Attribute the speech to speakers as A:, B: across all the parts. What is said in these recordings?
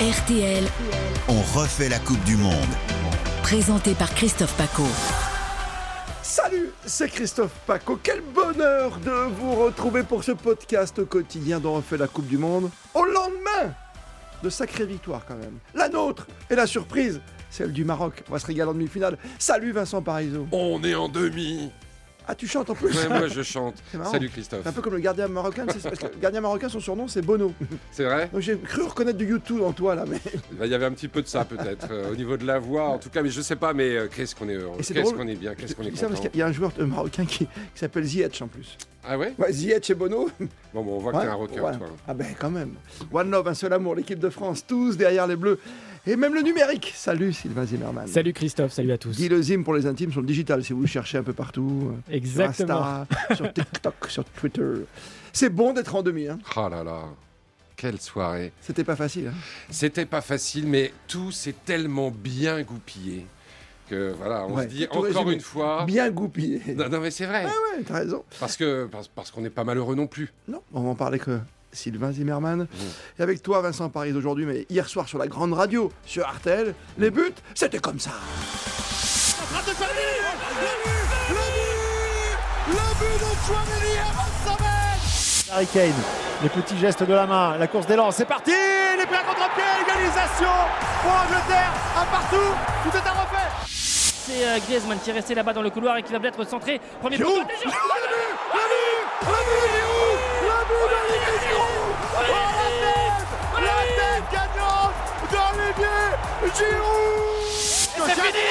A: RTL,
B: On refait la Coupe du Monde.
A: présenté par Christophe Paco.
C: Salut, c'est Christophe Paco. Quel bonheur de vous retrouver pour ce podcast quotidien dont on fait la Coupe du Monde au lendemain de sacrées victoires quand même. La nôtre et la surprise, celle du Maroc. On va se régaler en demi-finale. Salut Vincent Parisot.
D: On est en demi.
C: Ah, tu chantes en plus
D: Ouais, moi je chante.
C: C'est marrant.
D: Salut Christophe.
C: C'est un peu comme le gardien marocain, c'est parce que le gardien marocain, son surnom c'est Bono.
D: C'est vrai Bah,
C: Donc j'ai cru reconnaître du YouTube en toi là, mais
D: Il y avait un petit peu de ça peut-être euh, au niveau de la voix en tout cas, mais je sais pas. Mais euh, qu'est-ce qu'on est heureux,
C: Et c'est
D: qu'est-ce
C: drôle.
D: qu'on est bien, qu'est-ce qu'on est
C: Je dis ça parce
D: content.
C: qu'il y a un joueur euh, marocain qui, qui s'appelle Ziyech en plus.
D: Ah ouais
C: Ouais, Ziyech et Bono,
D: Bon, bon, on voit que
C: Ouais,
D: t'es un rocker
C: ouais.
D: toi.
C: Ah ben quand même. One love, un seul amour, l'équipe de France, tous derrière les bleus. Et même le numérique. Salut Sylvain Zimmerman.
E: Salut Christophe, salut à tous.
C: Guy Le Zim pour les intimes sur le digital si vous le cherchez un peu partout. euh,
E: Exactement.
C: Sur Insta, sur TikTok, sur Twitter. C'est bon d'être en demi. Hein.
D: Oh là là. Quelle soirée.
C: C'était pas facile. hein.
D: C'était pas facile, mais tout s'est tellement bien goupillé que voilà, on
C: Ouais,
D: se dit
C: tout
D: encore
C: résumé.
D: une fois.
C: Bien goupillé. Ah
D: Non, non, mais c'est vrai.
C: Ouais, T'as raison.
D: Parce que parce, parce qu'on n'est pas malheureux non plus.
C: Non, on en parlait que Sylvain Zimmerman.
D: Mmh.
C: Et avec toi, Vincent Paris, aujourd'hui, mais hier soir sur la grande radio, sur Artel, les buts, c'était comme ça.
F: Harry Kane, les petits gestes de la main, la course d'élan, c'est parti Les pieds à contre-pied, égalisation pour l'Angleterre, un partout, tout est à refaire
G: C'est euh, Griezmann qui est resté là-bas dans le couloir et qui va peut-être centrer. Premier
C: Giroud
G: poteau, déjà
F: C'est fini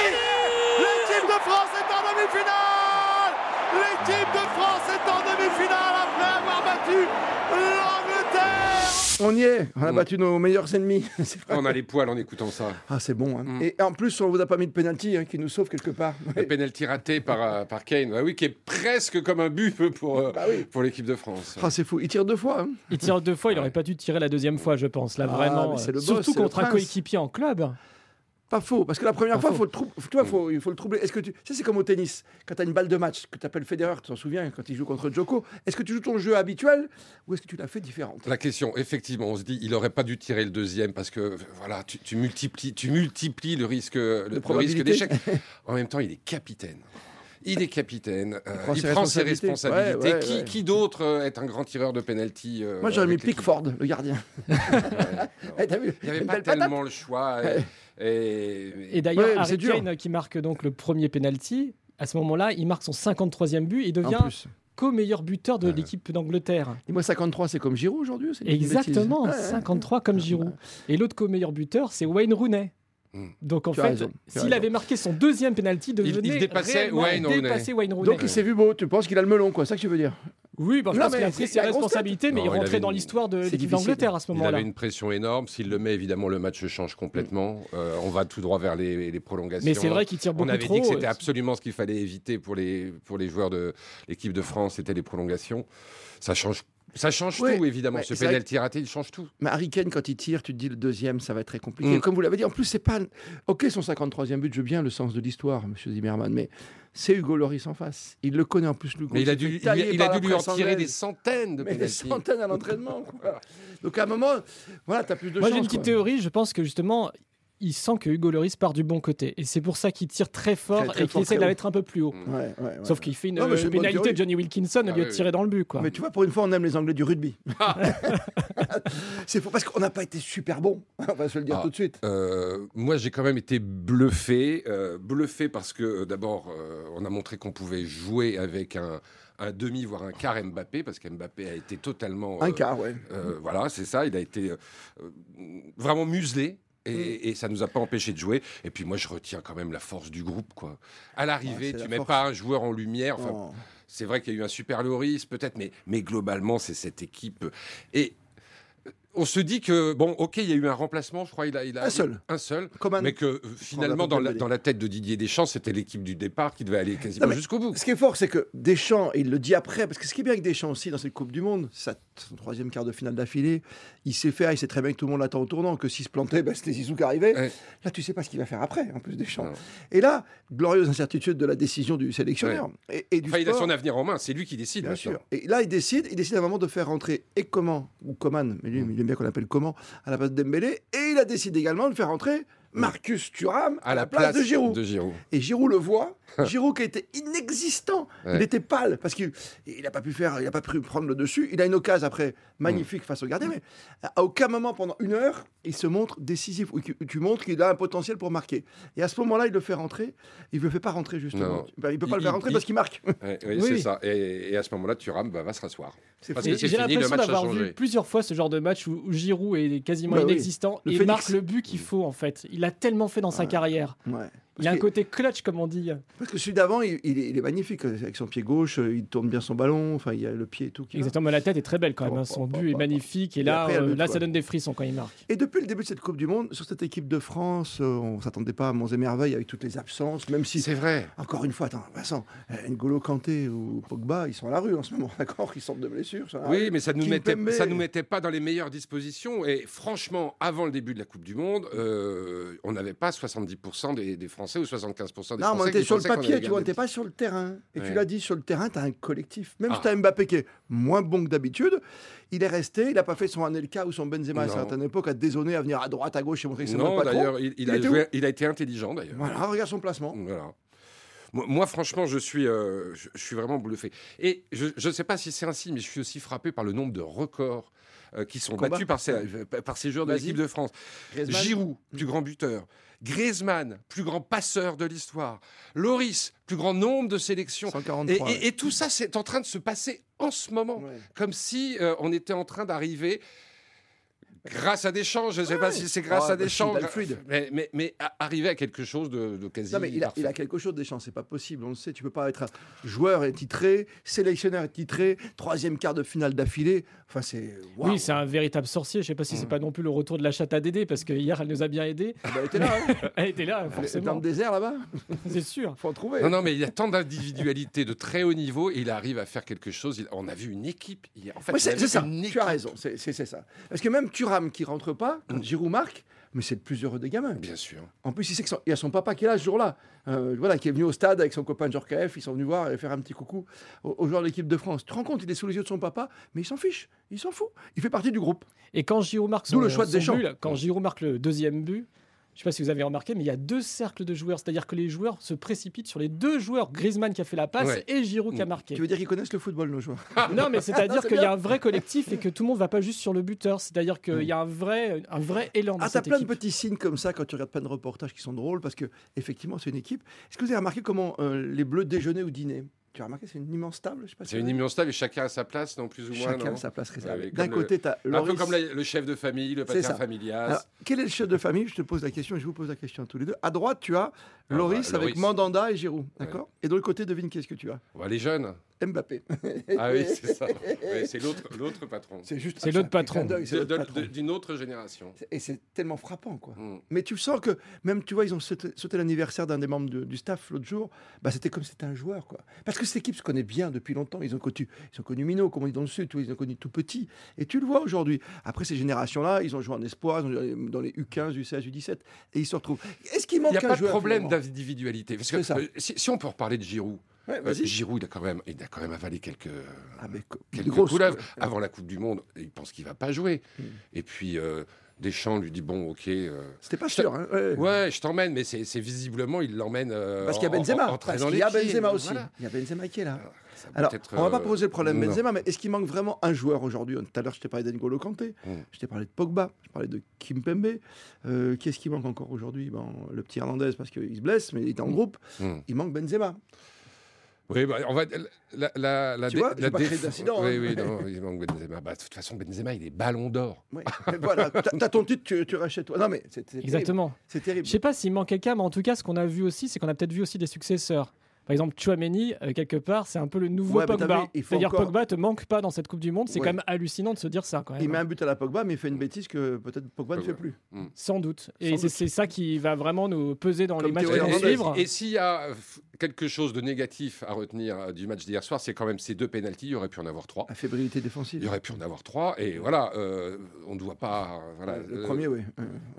F: L'équipe de France est en demi-finale L'équipe de France est en demi-finale après avoir battu l'Angleterre
C: On y est, on a
D: Mm.
C: battu nos meilleurs ennemis. C'est vrai.
D: On a les poils en écoutant ça.
C: Ah, c'est bon. hein.
D: Mm.
C: Et en plus, on vous a pas mis de penalty hein, qui nous sauve quelque part.
D: Le penalty raté par, euh, par Kane, bah oui, qui est presque comme un but pour, euh,
C: Bah oui.
D: pour l'équipe de France.
C: Ah, c'est fou. Il tire deux fois. hein.
E: Il tire deux fois, il aurait pas dû tirer la deuxième fois, je pense. Là,
C: Ah,
E: vraiment.
C: mais c'est le
E: euh, surtout
C: boss, c'est le
E: contre un
C: prince.
E: coéquipier en club.
C: Pas faux, parce que la première
E: Pas
C: fois,
E: faux.
C: faut le trou- tu vois, faut, il faut le troubler. Est-ce que tu... Ça, c'est comme au tennis. Quand tu as une balle de match que tu appelles Federer, tu t'en souviens, quand il joue contre Djoko, est-ce que tu joues ton jeu habituel ou est-ce que tu l'as fait différente
D: La question, effectivement, on se dit, il aurait pas dû tirer le deuxième parce que euh, voilà, tu, tu multiplies, tu multiplies le risque, le, le risque
C: probabilité.
D: d'échec. En même temps, il est capitaine. Il est capitaine. euh, il
C: prend
D: prend
C: ses
D: ses
C: responsabilités.
D: responsabilités.
C: Ouais, ouais,
D: qui
C: ouais.
D: qui d'autre euh, est un grand tireur de penalty euh,
C: Moi, j'aurais mis
D: avec l'équipe
C: Pickford, le gardien. Eh, t'as vu
D: Il n'y avait
C: Une
D: pas
C: belle patate.
D: tellement le choix. et- et-
E: Et
C: Ouais,
E: d'ailleurs,
C: mais c'est
E: Harry
C: dur.
E: Kane qui marque donc le premier penalty. À ce moment-là, il marque son 53e but et
C: En
E: devient
C: plus. Euh.
E: co-meilleur buteur de l'équipe d'Angleterre.
C: Et moi, 53, c'est comme Giroud aujourd'hui c'est une bêtise.
E: Exactement,
C: Ouais, ouais.
E: 53 comme Giroud. Et l'autre co-meilleur buteur, c'est Wayne Rooney.
D: Hmm.
E: Donc en
C: Tu as
E: fait,
C: raison, tu as
E: s'il
C: raison.
E: avait marqué son deuxième penalty,
D: il
E: devenait
D: dépassait
E: réellement-
D: Wayne Rooney.
E: dépassait Wayne Rooney.
C: Donc, il s'est vu beau. Tu penses qu'il a le melon, quoi. C'est ça que tu veux dire
E: Oui, bah, je
C: Non,
E: pense
C: mais
E: qu'il a
C: c'est
E: pris ses
C: la grosse
E: responsabilités, mais
D: tête.
E: il
D: Non, il
E: rentrait
D: avait
E: dans
D: une-
E: l'histoire de
C: C'est
E: l'équipe
C: difficile.
E: d'Angleterre à ce
D: Il
E: moment-là.
D: avait une pression énorme. S'il le met, évidemment, le match change complètement. Euh, on va tout droit vers les, les prolongations.
E: Mm. Mais c'est vrai qu'il tire beaucoup
D: On avait
E: trop.
D: dit que c'était
E: euh,
D: absolument ce qu'il fallait éviter pour les, pour les joueurs de l'équipe de France, c'était les prolongations. Ça change, ça change
C: Ouais,
D: tout, évidemment.
C: ouais,
D: ce
C: c'est vrai
D: pénalty raté, il change tout.
C: Mais Harry Kane, quand il tire, tu te dis le deuxième, ça va être très compliqué.
D: Mm.
C: Comme vous l'avez dit, en plus, c'est pas. Ok, son 53e but, je veux bien le sens de l'histoire, monsieur Zimmerman, mais c'est Hugo Loris en face. Il le connaît en plus, Hugo.
D: Mais il a
C: s'est fait
D: dû, il, a-
C: tailler
D: il
C: par
D: a
C: la
D: dû lui en
C: presse
D: tirer des
C: anglaise.
D: centaines de
C: Mais des
D: pénalty.
C: centaines à l'entraînement. quoi. Donc à un moment, voilà, t'as plus de
E: Moi,
C: chance.
E: j'ai une petite
C: quoi.
E: théorie. Je pense que justement, il sent que Hugo Loris part du bon côté. Et c'est pour ça qu'il tire très fort
C: Très, très
E: et
C: fort,
E: qu'il essaie
C: très
E: de la
C: haut.
E: mettre un peu plus haut.
C: Ouais, ouais, ouais.
E: Sauf qu'il fait une
C: Non, mais c'est
E: euh,
C: une bonne
E: pénalité
C: théorie.
E: de Johnny Wilkinson
D: Ah
E: au lieu de
D: oui,
E: tirer dans le but. Quoi.
C: Mais tu vois, pour une fois, on aime les Anglais du rugby.
D: Ah.
C: c'est faux parce qu'on n'a pas été super bon. On va se le dire
D: Ah.
C: tout de suite.
D: Euh, moi, j'ai quand même été bluffé. euh, bluffé parce que, euh, d'abord, euh, on a montré qu'on pouvait jouer avec un, un demi, voire un quart Mbappé, parce qu'Mbappé a été totalement.
C: Un
D: euh,
C: quart, ouais.
D: Euh, voilà, c'est ça. Il a été euh, euh, vraiment muselé.
C: Mm.
D: Et, et ça nous a pas empêché de jouer. Et puis moi, je retiens quand même la force du groupe. Quoi. À
C: Ouais,
D: l'arrivée,
C: c'est la
D: tu mets
C: force.
D: pas un joueur en lumière. Enfin,
C: Non.
D: c'est vrai qu'il y a eu un super Loris, peut-être, mais, mais globalement, c'est cette équipe. Et euh, on se dit que, bon, ok, il y a eu un remplacement, je crois. Il a, il a,
C: Un seul.
D: Un seul.
C: Coman.
D: Mais que euh, finalement,
C: Prends
D: dans
C: la
D: la,
C: tête de
D: dans la tête de Didier Deschamps, c'était l'équipe du départ qui devait aller
C: Non,
D: quasiment
C: mais
D: jusqu'au bout.
C: Ce qui est fort, c'est que Deschamps, il le dit après, parce que ce qui est bien avec Deschamps aussi dans cette Coupe du Monde, sa- son troisième quart de finale d'affilée, il sait faire, il sait très bien que tout le monde l'attend au tournant, que s'il se plantait, ben, c'était Zizou qui arrivait.
D: Ouais.
C: Là, tu sais pas ce qu'il va faire après, en plus Deschamps.
D: Non.
C: Et là, glorieuse incertitude de la décision du sélectionneur et, et du
D: Enfin, il a
C: sport,
D: son avenir en main, c'est lui qui décide.
C: Bien
D: maintenant. Mm.
C: sûr. Et là, il décide, il décide à un moment de faire rentrer et comment ou Coman, mais lui, il le bien qu'on appelle comment, à la place de Dembélé. Et il a décidé également de faire entrer Marcus Thuram
D: à la place,
C: de Giroud.
D: De Giroud.
C: Et Giroud le voit. Giroud qui était inexistant. Il
D: Ouais.
C: était pâle parce qu'il n'a pas pu faire, il n'a pas pu prendre le dessus. Il a une occasion après
D: Mm.
C: magnifique face au gardien, mais à aucun moment pendant une heure il se montre décisif ou tu, tu montres qu'il a un potentiel pour marquer. Et à ce moment-là, il le fait rentrer. Il ne le fait pas rentrer justement.
D: Non.
C: Ben, il peut pas
D: Il-
C: le faire rentrer
D: il-
C: parce qu'il marque.
D: Ouais, ouais,
E: Oui,
D: c'est
E: oui.
D: ça. Et, et à ce moment-là, Thuram bah, va se rasseoir.
C: C'est
D: Parce
E: Et
D: que c'est
E: J'ai
D: fini, le
E: l'impression
D: match a
E: d'avoir vu
D: changé.
E: plusieurs fois ce genre de match où, où Giroud est quasiment
C: Bah oui.
E: inexistant
C: Le
E: et
C: Phoenix.
E: marque le but qu'il faut en fait. Il a tellement fait dans sa
C: Ouais.
E: carrière.
C: Ouais.
E: Il a un
C: Parce que-
E: côté clutch comme on dit.
C: Parce que celui d'avant, il, il est, il est magnifique euh, avec son pied gauche, euh, il tourne bien son ballon, enfin il y a le pied et tout. qui va.
E: Exactement, mais la tête est très belle quand même. hein. Son
C: Hop, hop,
E: but est
C: hop,
E: magnifique et
C: Et
E: là,
C: après, elle
E: euh,
C: met
E: là
C: tout,
E: ça
C: ouais.
E: donne des frissons quand il marque.
C: Et depuis le début de cette Coupe du Monde, sur cette équipe de France, euh, on ne s'attendait pas à Monts et Merveilles avec toutes les absences, même si.
D: C'est vrai.
C: Encore une fois, attends, Vincent, euh, N'Golo Kanté ou Pogba, ils sont à la rue en ce moment, d'accord Ils sortent de blessures. ils sont à la
D: Oui,
C: rue.
D: mais ça ne nous, mettait-
C: Kimpembe.
D: ça nous mettait pas dans les meilleures dispositions. Et franchement, avant le début de la Coupe du Monde, euh, on n'avait pas 70% des, des Français ou 75% des
C: Non, mais on
D: Français.
C: était
D: qui
C: sur le
D: pensaient qu'on
C: papier,
D: allait
C: tu vois, on
D: gagner.
C: n'était pas sur le terrain. Et tu
D: Ouais.
C: l'as dit, sur le terrain, tu as un collectif. Même si
D: Ah.
C: tu as Mbappé qui est moins bon que d'habitude, il est resté, il n'a pas fait son Anelka ou son Benzema à
D: Non.
C: certaines époques, à dézonner, à venir à droite, à gauche et montrer que c'est même
D: Non,
C: pas trop.
D: d'ailleurs, il, il
C: Il
D: a
C: était
D: joué- il a été intelligent d'ailleurs.
C: Voilà, regarde son placement.
D: Voilà. Moi, moi, franchement, je suis, euh, je, je suis vraiment bluffé. Et je ne sais pas si c'est ainsi, mais je suis aussi frappé par le nombre de records euh, qui sont
C: Combat.
D: battus par ces, par ces joueurs de
C: Vas-y.
D: l'équipe de France.
C: Griezmann.
D: Giroud, plus grand buteur. Griezmann, plus grand passeur de l'histoire. Loris, plus grand nombre de sélections. Et,
C: 143.
D: et- et tout ça, c'est en train de se passer en ce moment.
C: ouais.
D: Comme si euh, on était en train d'arriver grâce à des champs. Je ne sais pas si c'est grâce
C: Ouais,
D: à des
C: bah,
D: champs.
C: Fluide, Fluide.
D: Mais, mais, mais à- arriver à quelque chose de, de quasi
C: Non, mais il a,
D: parfait.
C: il a quelque chose des chances, c'est pas possible, on le sait. Tu peux pas être un joueur et titré, sélectionneur et titré, troisième quart de finale d'affilée. Enfin, c'est. waouh. Mm.
E: Oui, c'est un véritable sorcier. Je sais pas si c'est pas non plus le retour de la chatte à Dédé parce que hier elle nous a bien aidé.
C: Ah bah, elle était là, hein.
E: Elle était là,
C: Elle était dans
E: forcément.
C: le désert là-bas.
E: C'est sûr.
C: Faut en trouver.
D: Non, non, mais il y a tant d'individualités de très haut niveau et il arrive à faire quelque chose. Il- on a vu une équipe hier. En fait,
C: Oui,
D: on a
C: c'est
D: vu
C: c'est ça,
D: une
C: tu as
D: équipe.
C: raison, c'est c'est- c'est ça. Parce que même Thuram qui rentre pas, quand Giroud marque, mais c'est le plus heureux des gamins.
D: Bien sûr.
C: En plus, il sait que son- il y a son papa qui est là ce jour-là, euh, voilà, qui est venu au stade avec son copain Djorkaeff, ils sont venus voir et faire un petit coucou aux, aux joueurs de l'équipe de France. Tu te rends compte, il est sous les yeux de son papa, mais il s'en fiche, il s'en fout, il fait partie du groupe.
E: Et quand Giroud marque son,
C: D'où le choix de
E: son
C: Deschamps.
E: but, là, quand Giroud marque le deuxième but, je sais pas si vous avez remarqué, mais il y a deux cercles de joueurs. C'est-à-dire que les joueurs se précipitent sur les deux joueurs, Griezmann qui a fait la passe
D: Ouais.
E: et Giroud qui a marqué.
C: Mm. Tu veux dire qu'ils connaissent le football, nos joueurs
E: Non, mais c'est-à-dire
C: c'est
E: qu'il y
C: bien.
E: a un vrai collectif et que tout le monde va pas juste sur le buteur. C'est-à-dire qu'il y a un vrai, un vrai élan dans
C: Ah, t'as
E: cette
C: plein
E: équipe.
C: de petits signes comme ça quand tu regardes plein de reportages qui sont drôles parce que effectivement c'est une équipe. Est-ce que vous avez remarqué comment euh, les Bleus déjeunaient ou dînaient Tu as remarqué c'est une immense table, je sais pas. si
D: C'est une
C: vous avez-
D: immense table et chacun à sa place, non plus ou moins.
C: Chacun
D: non
C: a sa place réservée.
D: Ouais,
C: D'un
D: comme le-
C: côté, t'as
D: Un peu
C: Loris.
D: comme la- le chef de famille, le
C: C'est
D: pater
C: ça. Alors,
D: familias.
C: quel est le chef de famille Je te pose la question et je vous pose la question à tous les deux. À droite, tu as Loris
D: bah,
C: avec
D: Loris.
C: Mandanda et Giroud, d'accord Et de l'autre côté, devine qu'est-ce que tu as
D: On va les jeunes.
C: Mbappé.
D: Ah oui, c'est ça. Ouais, c'est l'autre, l'autre patron.
C: C'est juste.
E: C'est
C: un
E: l'autre
C: clin
E: patron.
C: d'œil, c'est
D: De-
C: l'autre
D: de-
C: patron.
D: de- D'une autre génération.
C: Et c'est tellement frappant, quoi.
D: Mm.
C: Mais tu sens que même, tu vois, ils ont sauté, sauté l'anniversaire d'un des membres de- du staff l'autre jour. Bah, c'était comme si c'était un joueur, quoi. Parce que cette équipe se connaît bien depuis longtemps. Ils ont connu, ils ont connu Minot, comme on dit dans le sud, tu vois, ils ont connu tout petit. Et tu le vois aujourd'hui. Après ces générations-là, ils ont joué en espoir, ils ont joué dans les U15, U16, U17, et ils se retrouvent. Est-ce qu'il
D: Il n'y
C: manque
D: a
C: un
D: pas de
C: joueur,
D: problème
C: finalement
D: d'individualité. Parce
C: C'est ça.
D: que euh, si, si on peut reparler de Giroud,
C: Ouais,
D: euh,
C: vas-y.
D: Giroud, il a quand même, il a quand même avalé quelques.
C: Ah, mais co-
D: quelques
C: grosse- Hmm.
D: couleuvres. Avant la Coupe du Monde, il pense qu'il va pas jouer. Et puis euh, Deschamps lui dit bon, ok. euh,
C: C'était pas sûr. Hein. ouais.
D: ouais, je t'emmène, mais c'est c'est visiblement il l'emmène. euh,
C: Parce qu'il y a
D: en- en- en
C: Benzema. Parce
D: traînant
C: qu'il
D: les
C: y a
D: pieds.
C: Benzema aussi.
D: Voilà.
C: Il y a Benzema qui est là.
D: Ça peut
C: Alors,
D: être,
C: on va pas
D: euh,
C: poser le problème
D: non.
C: Benzema, mais est-ce qu'il manque vraiment un joueur aujourd'hui Tout à l'heure, je t'ai parlé d'Engolo Kanté,
D: Mm.
C: je t'ai parlé de Pogba, je parlais de Kimpembe. Euh, Qu'est-ce qui manque encore aujourd'hui ben, Le petit Irlandais, parce qu'il se blesse, mais il est en groupe.
D: Mm.
C: Il manque Benzema.
D: Oui, bah, on va. La, la, la
C: Tu vois, j'ai
D: la
C: pas créé
D: déf-
C: d'incident,
D: Oui,
C: hein.
D: oui, non, il manque Benzema. Bah, de toute façon, Benzema, il est ballon d'or.
C: Ouais. voilà, t'as t'as ton titre, tu, tu rachètes toi. Non, mais c'est c'est terrible.
E: Exactement.
C: C'est terrible.
E: Je sais pas s'il manque quelqu'un, mais en tout cas, ce qu'on a vu aussi, c'est qu'on a peut-être vu aussi des successeurs. Par exemple, Chouameni, euh, quelque part, c'est un peu le nouveau
C: Ouais, mais t'as
E: Pogba.
C: vu, il faut
E: C'est-à-dire
C: encore-
E: Pogba te manque pas dans cette Coupe du Monde. C'est
C: Ouais.
E: quand même hallucinant de se dire ça, quand
C: Il
E: même.
C: met un but à la Pogba, mais il fait une bêtise que peut-être Pogba ne fait
D: Pogba.
C: plus.
E: Sans doute. Et
C: Sans
E: c'est-
C: doute.
E: c'est ça qui va vraiment nous peser dans les
C: Comme
E: matchs
C: Théo
E: qui vont
C: Hernandez.
E: suivre.
D: Et s'il y a euh, f- quelque chose de négatif à retenir euh, du match d'hier soir, c'est quand même ces deux pénalties. Il y aurait pu en avoir trois.
C: La fébrilité
D: Il y
C: défensive.
D: aurait pu en avoir trois. Et voilà, euh, on ne doit pas. euh, Voilà,
C: Le
D: euh,
C: premier, oui.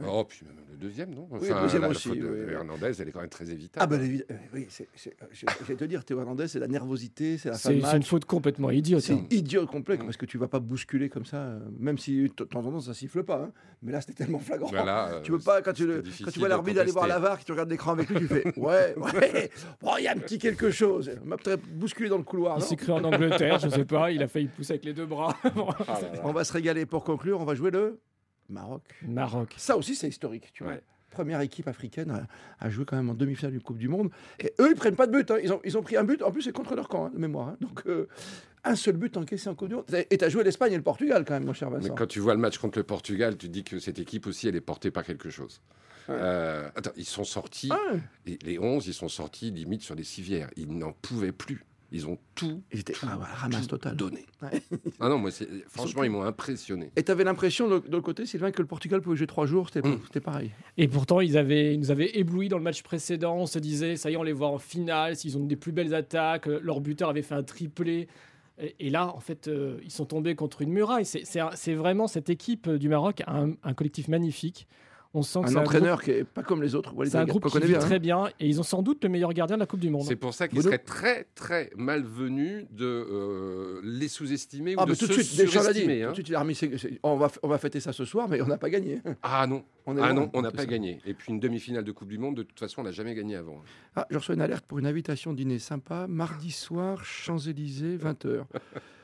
D: Oh, puis même le deuxième, non
C: Oui, deuxième
D: la, la
C: aussi,
D: faute de-
C: oui, oui.
D: Hernandez, elle est quand même très évitable.
C: Ah ben évi- euh, oui, c'est- c'est- euh, je je vais te dire, Théo Hernandez, c'est la nervosité, c'est la fin
E: C'est
C: de
E: c'est une
C: match.
E: faute complètement idiote.
C: C'est
E: hein.
C: idiot complet,
D: Mm.
C: parce que tu vas pas bousculer comme ça, euh, même si de temps en temps ça siffle pas. hein. Mais là, c'était tellement flagrant.
D: Bah là, euh,
C: oh, tu peux pas, quand tu, le-
D: c'était
C: quand tu
D: difficile
C: vois
D: de
C: l'arbitre aller voir la
D: contester.
C: VAR, que tu regardes l'écran avec lui, tu fais Ouais, ouais, bon, il y a un petit quelque chose. On m'a peut-être bousculé dans le couloir.
E: Il
C: non
E: s'est cru en Angleterre, je sais pas, il a failli pousser avec les deux bras. Bon.
D: Ah là là.
C: On va se régaler. Pour conclure, on va jouer le Maroc.
E: Maroc.
C: Ça aussi, c'est historique, tu vois.
D: Ouais.
C: Première équipe africaine à, à jouer quand même en demi-finale d'une Coupe du Monde. Et eux, ils prennent pas de but. hein. Ils, ont, ils ont pris un but. En plus, c'est contre leur camp, hein, de mémoire. hein. Donc, euh, un seul but encaissé en Coupe du Monde. Et tu as joué l'Espagne et le Portugal, quand même, mon cher
D: Mais
C: Vincent.
D: quand tu vois le match contre le Portugal, tu te dis que cette équipe aussi, elle est portée par quelque chose. Euh, attends, ils sont sortis,
C: Ah,
D: et les 11, ils sont sortis limite sur les civières. Ils n'en pouvaient plus. Ils ont tout
C: ils étaient ah, voilà, ramasse totale.
D: donné.
C: Ouais.
D: Ah non, moi, c'est- franchement, ils m'ont impressionné.
C: Et tu avais l'impression, de, de l'autre côté, Sylvain, que le Portugal pouvait jouer trois jours. C'était
D: Mm.
C: c'était pareil.
E: Et pourtant, ils, avaient, ils nous avaient éblouis dans le match précédent. On se disait, ça y est, on les voit en finale, s'ils ont des plus belles attaques. euh, Leur buteur avait fait un triplé. Et, et là, en fait, euh, ils sont tombés contre une muraille. C'est- C'est un- c'est vraiment cette équipe euh, du Maroc, un, un collectif magnifique. On sent que
C: Un
E: c'est
C: entraîneur qui est pas comme les autres.
E: groupe-
C: Walid
E: C'est un
C: Regragui,
E: groupe
C: qu'on connaît
E: qui vit
C: bien, hein.
E: très bien et ils ont sans doute le meilleur gardien de la Coupe du Monde.
D: C'est pour ça qu'il
C: Bruno
D: serait très, très malvenu de euh, les sous-estimer
C: Ah,
D: ou de
C: mais tout de
D: se
C: suite, déjà l'a dit.
D: surestimer. hein.
C: Tout de suite, il a remis ses- ses- on, va, f- on va fêter ça ce soir, mais on n'a pas gagné. hein.
D: Ah non,
C: On est
D: ah
C: loin
D: non,
C: de
D: on n'a
C: tout
D: pas
C: ça.
D: gagné. Et puis une demi-finale de Coupe du Monde, de toute façon, on n'a jamais gagné avant.
C: Ah, je reçois une alerte pour une invitation dîner sympa, mardi soir, Champs-Élysées, 20h.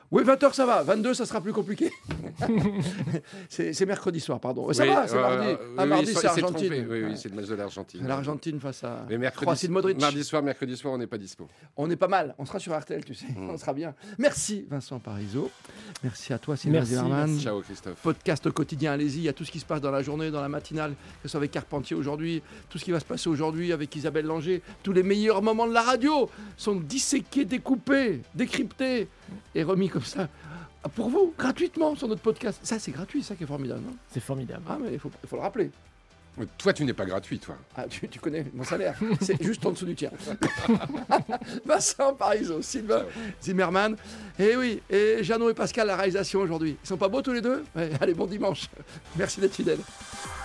C: Oui, 20h ça va, 22 ça sera plus compliqué. c'est c'est mercredi soir, pardon. Ça
D: Oui,
C: va, c'est
D: euh,
C: mardi.
D: oui,
C: Ah,
D: oui,
C: mardi
D: il s'est-
C: c'est
D: il s'est trompé.
C: Argentine.
D: Oui, oui,
C: Ouais.
D: c'est le match de l'Argentine.
C: L'Argentine face à
D: Mais mercredi,
C: Croatie de Modric.
D: mardi soir, mercredi soir, on n'est pas dispo.
C: On est pas mal, on sera sur RTL, tu sais,
D: Mm.
C: on sera bien. Merci Vincent Parisot, merci à toi Sylvain
E: Merci,
C: Zimmermann.
D: Ciao Christophe.
C: Podcast au quotidien, allez-y, il y a tout ce qui se passe dans la journée, dans la matinale, que ce soit avec Carpentier aujourd'hui, tout ce qui va se passer aujourd'hui avec Isabelle Langer, tous les meilleurs moments de la radio sont disséqués, découpés, décryptés et remis comme ça Ah, pour vous, gratuitement sur notre podcast. Ça c'est gratuit, ça qui est formidable. non
E: C'est formidable.
C: ah mais il faut, il faut le rappeler. Mmh.
D: Toi, tu n'es pas gratuit, toi.
C: Ah, tu, tu connais mon salaire, c'est juste en dessous du tien. Vincent Parisot, Sylvain Zimmerman, et oui, et Jeannot et Pascal à la réalisation aujourd'hui. Ils sont pas beaux tous les deux Ouais, Allez, bon dimanche. Merci d'être fidèles.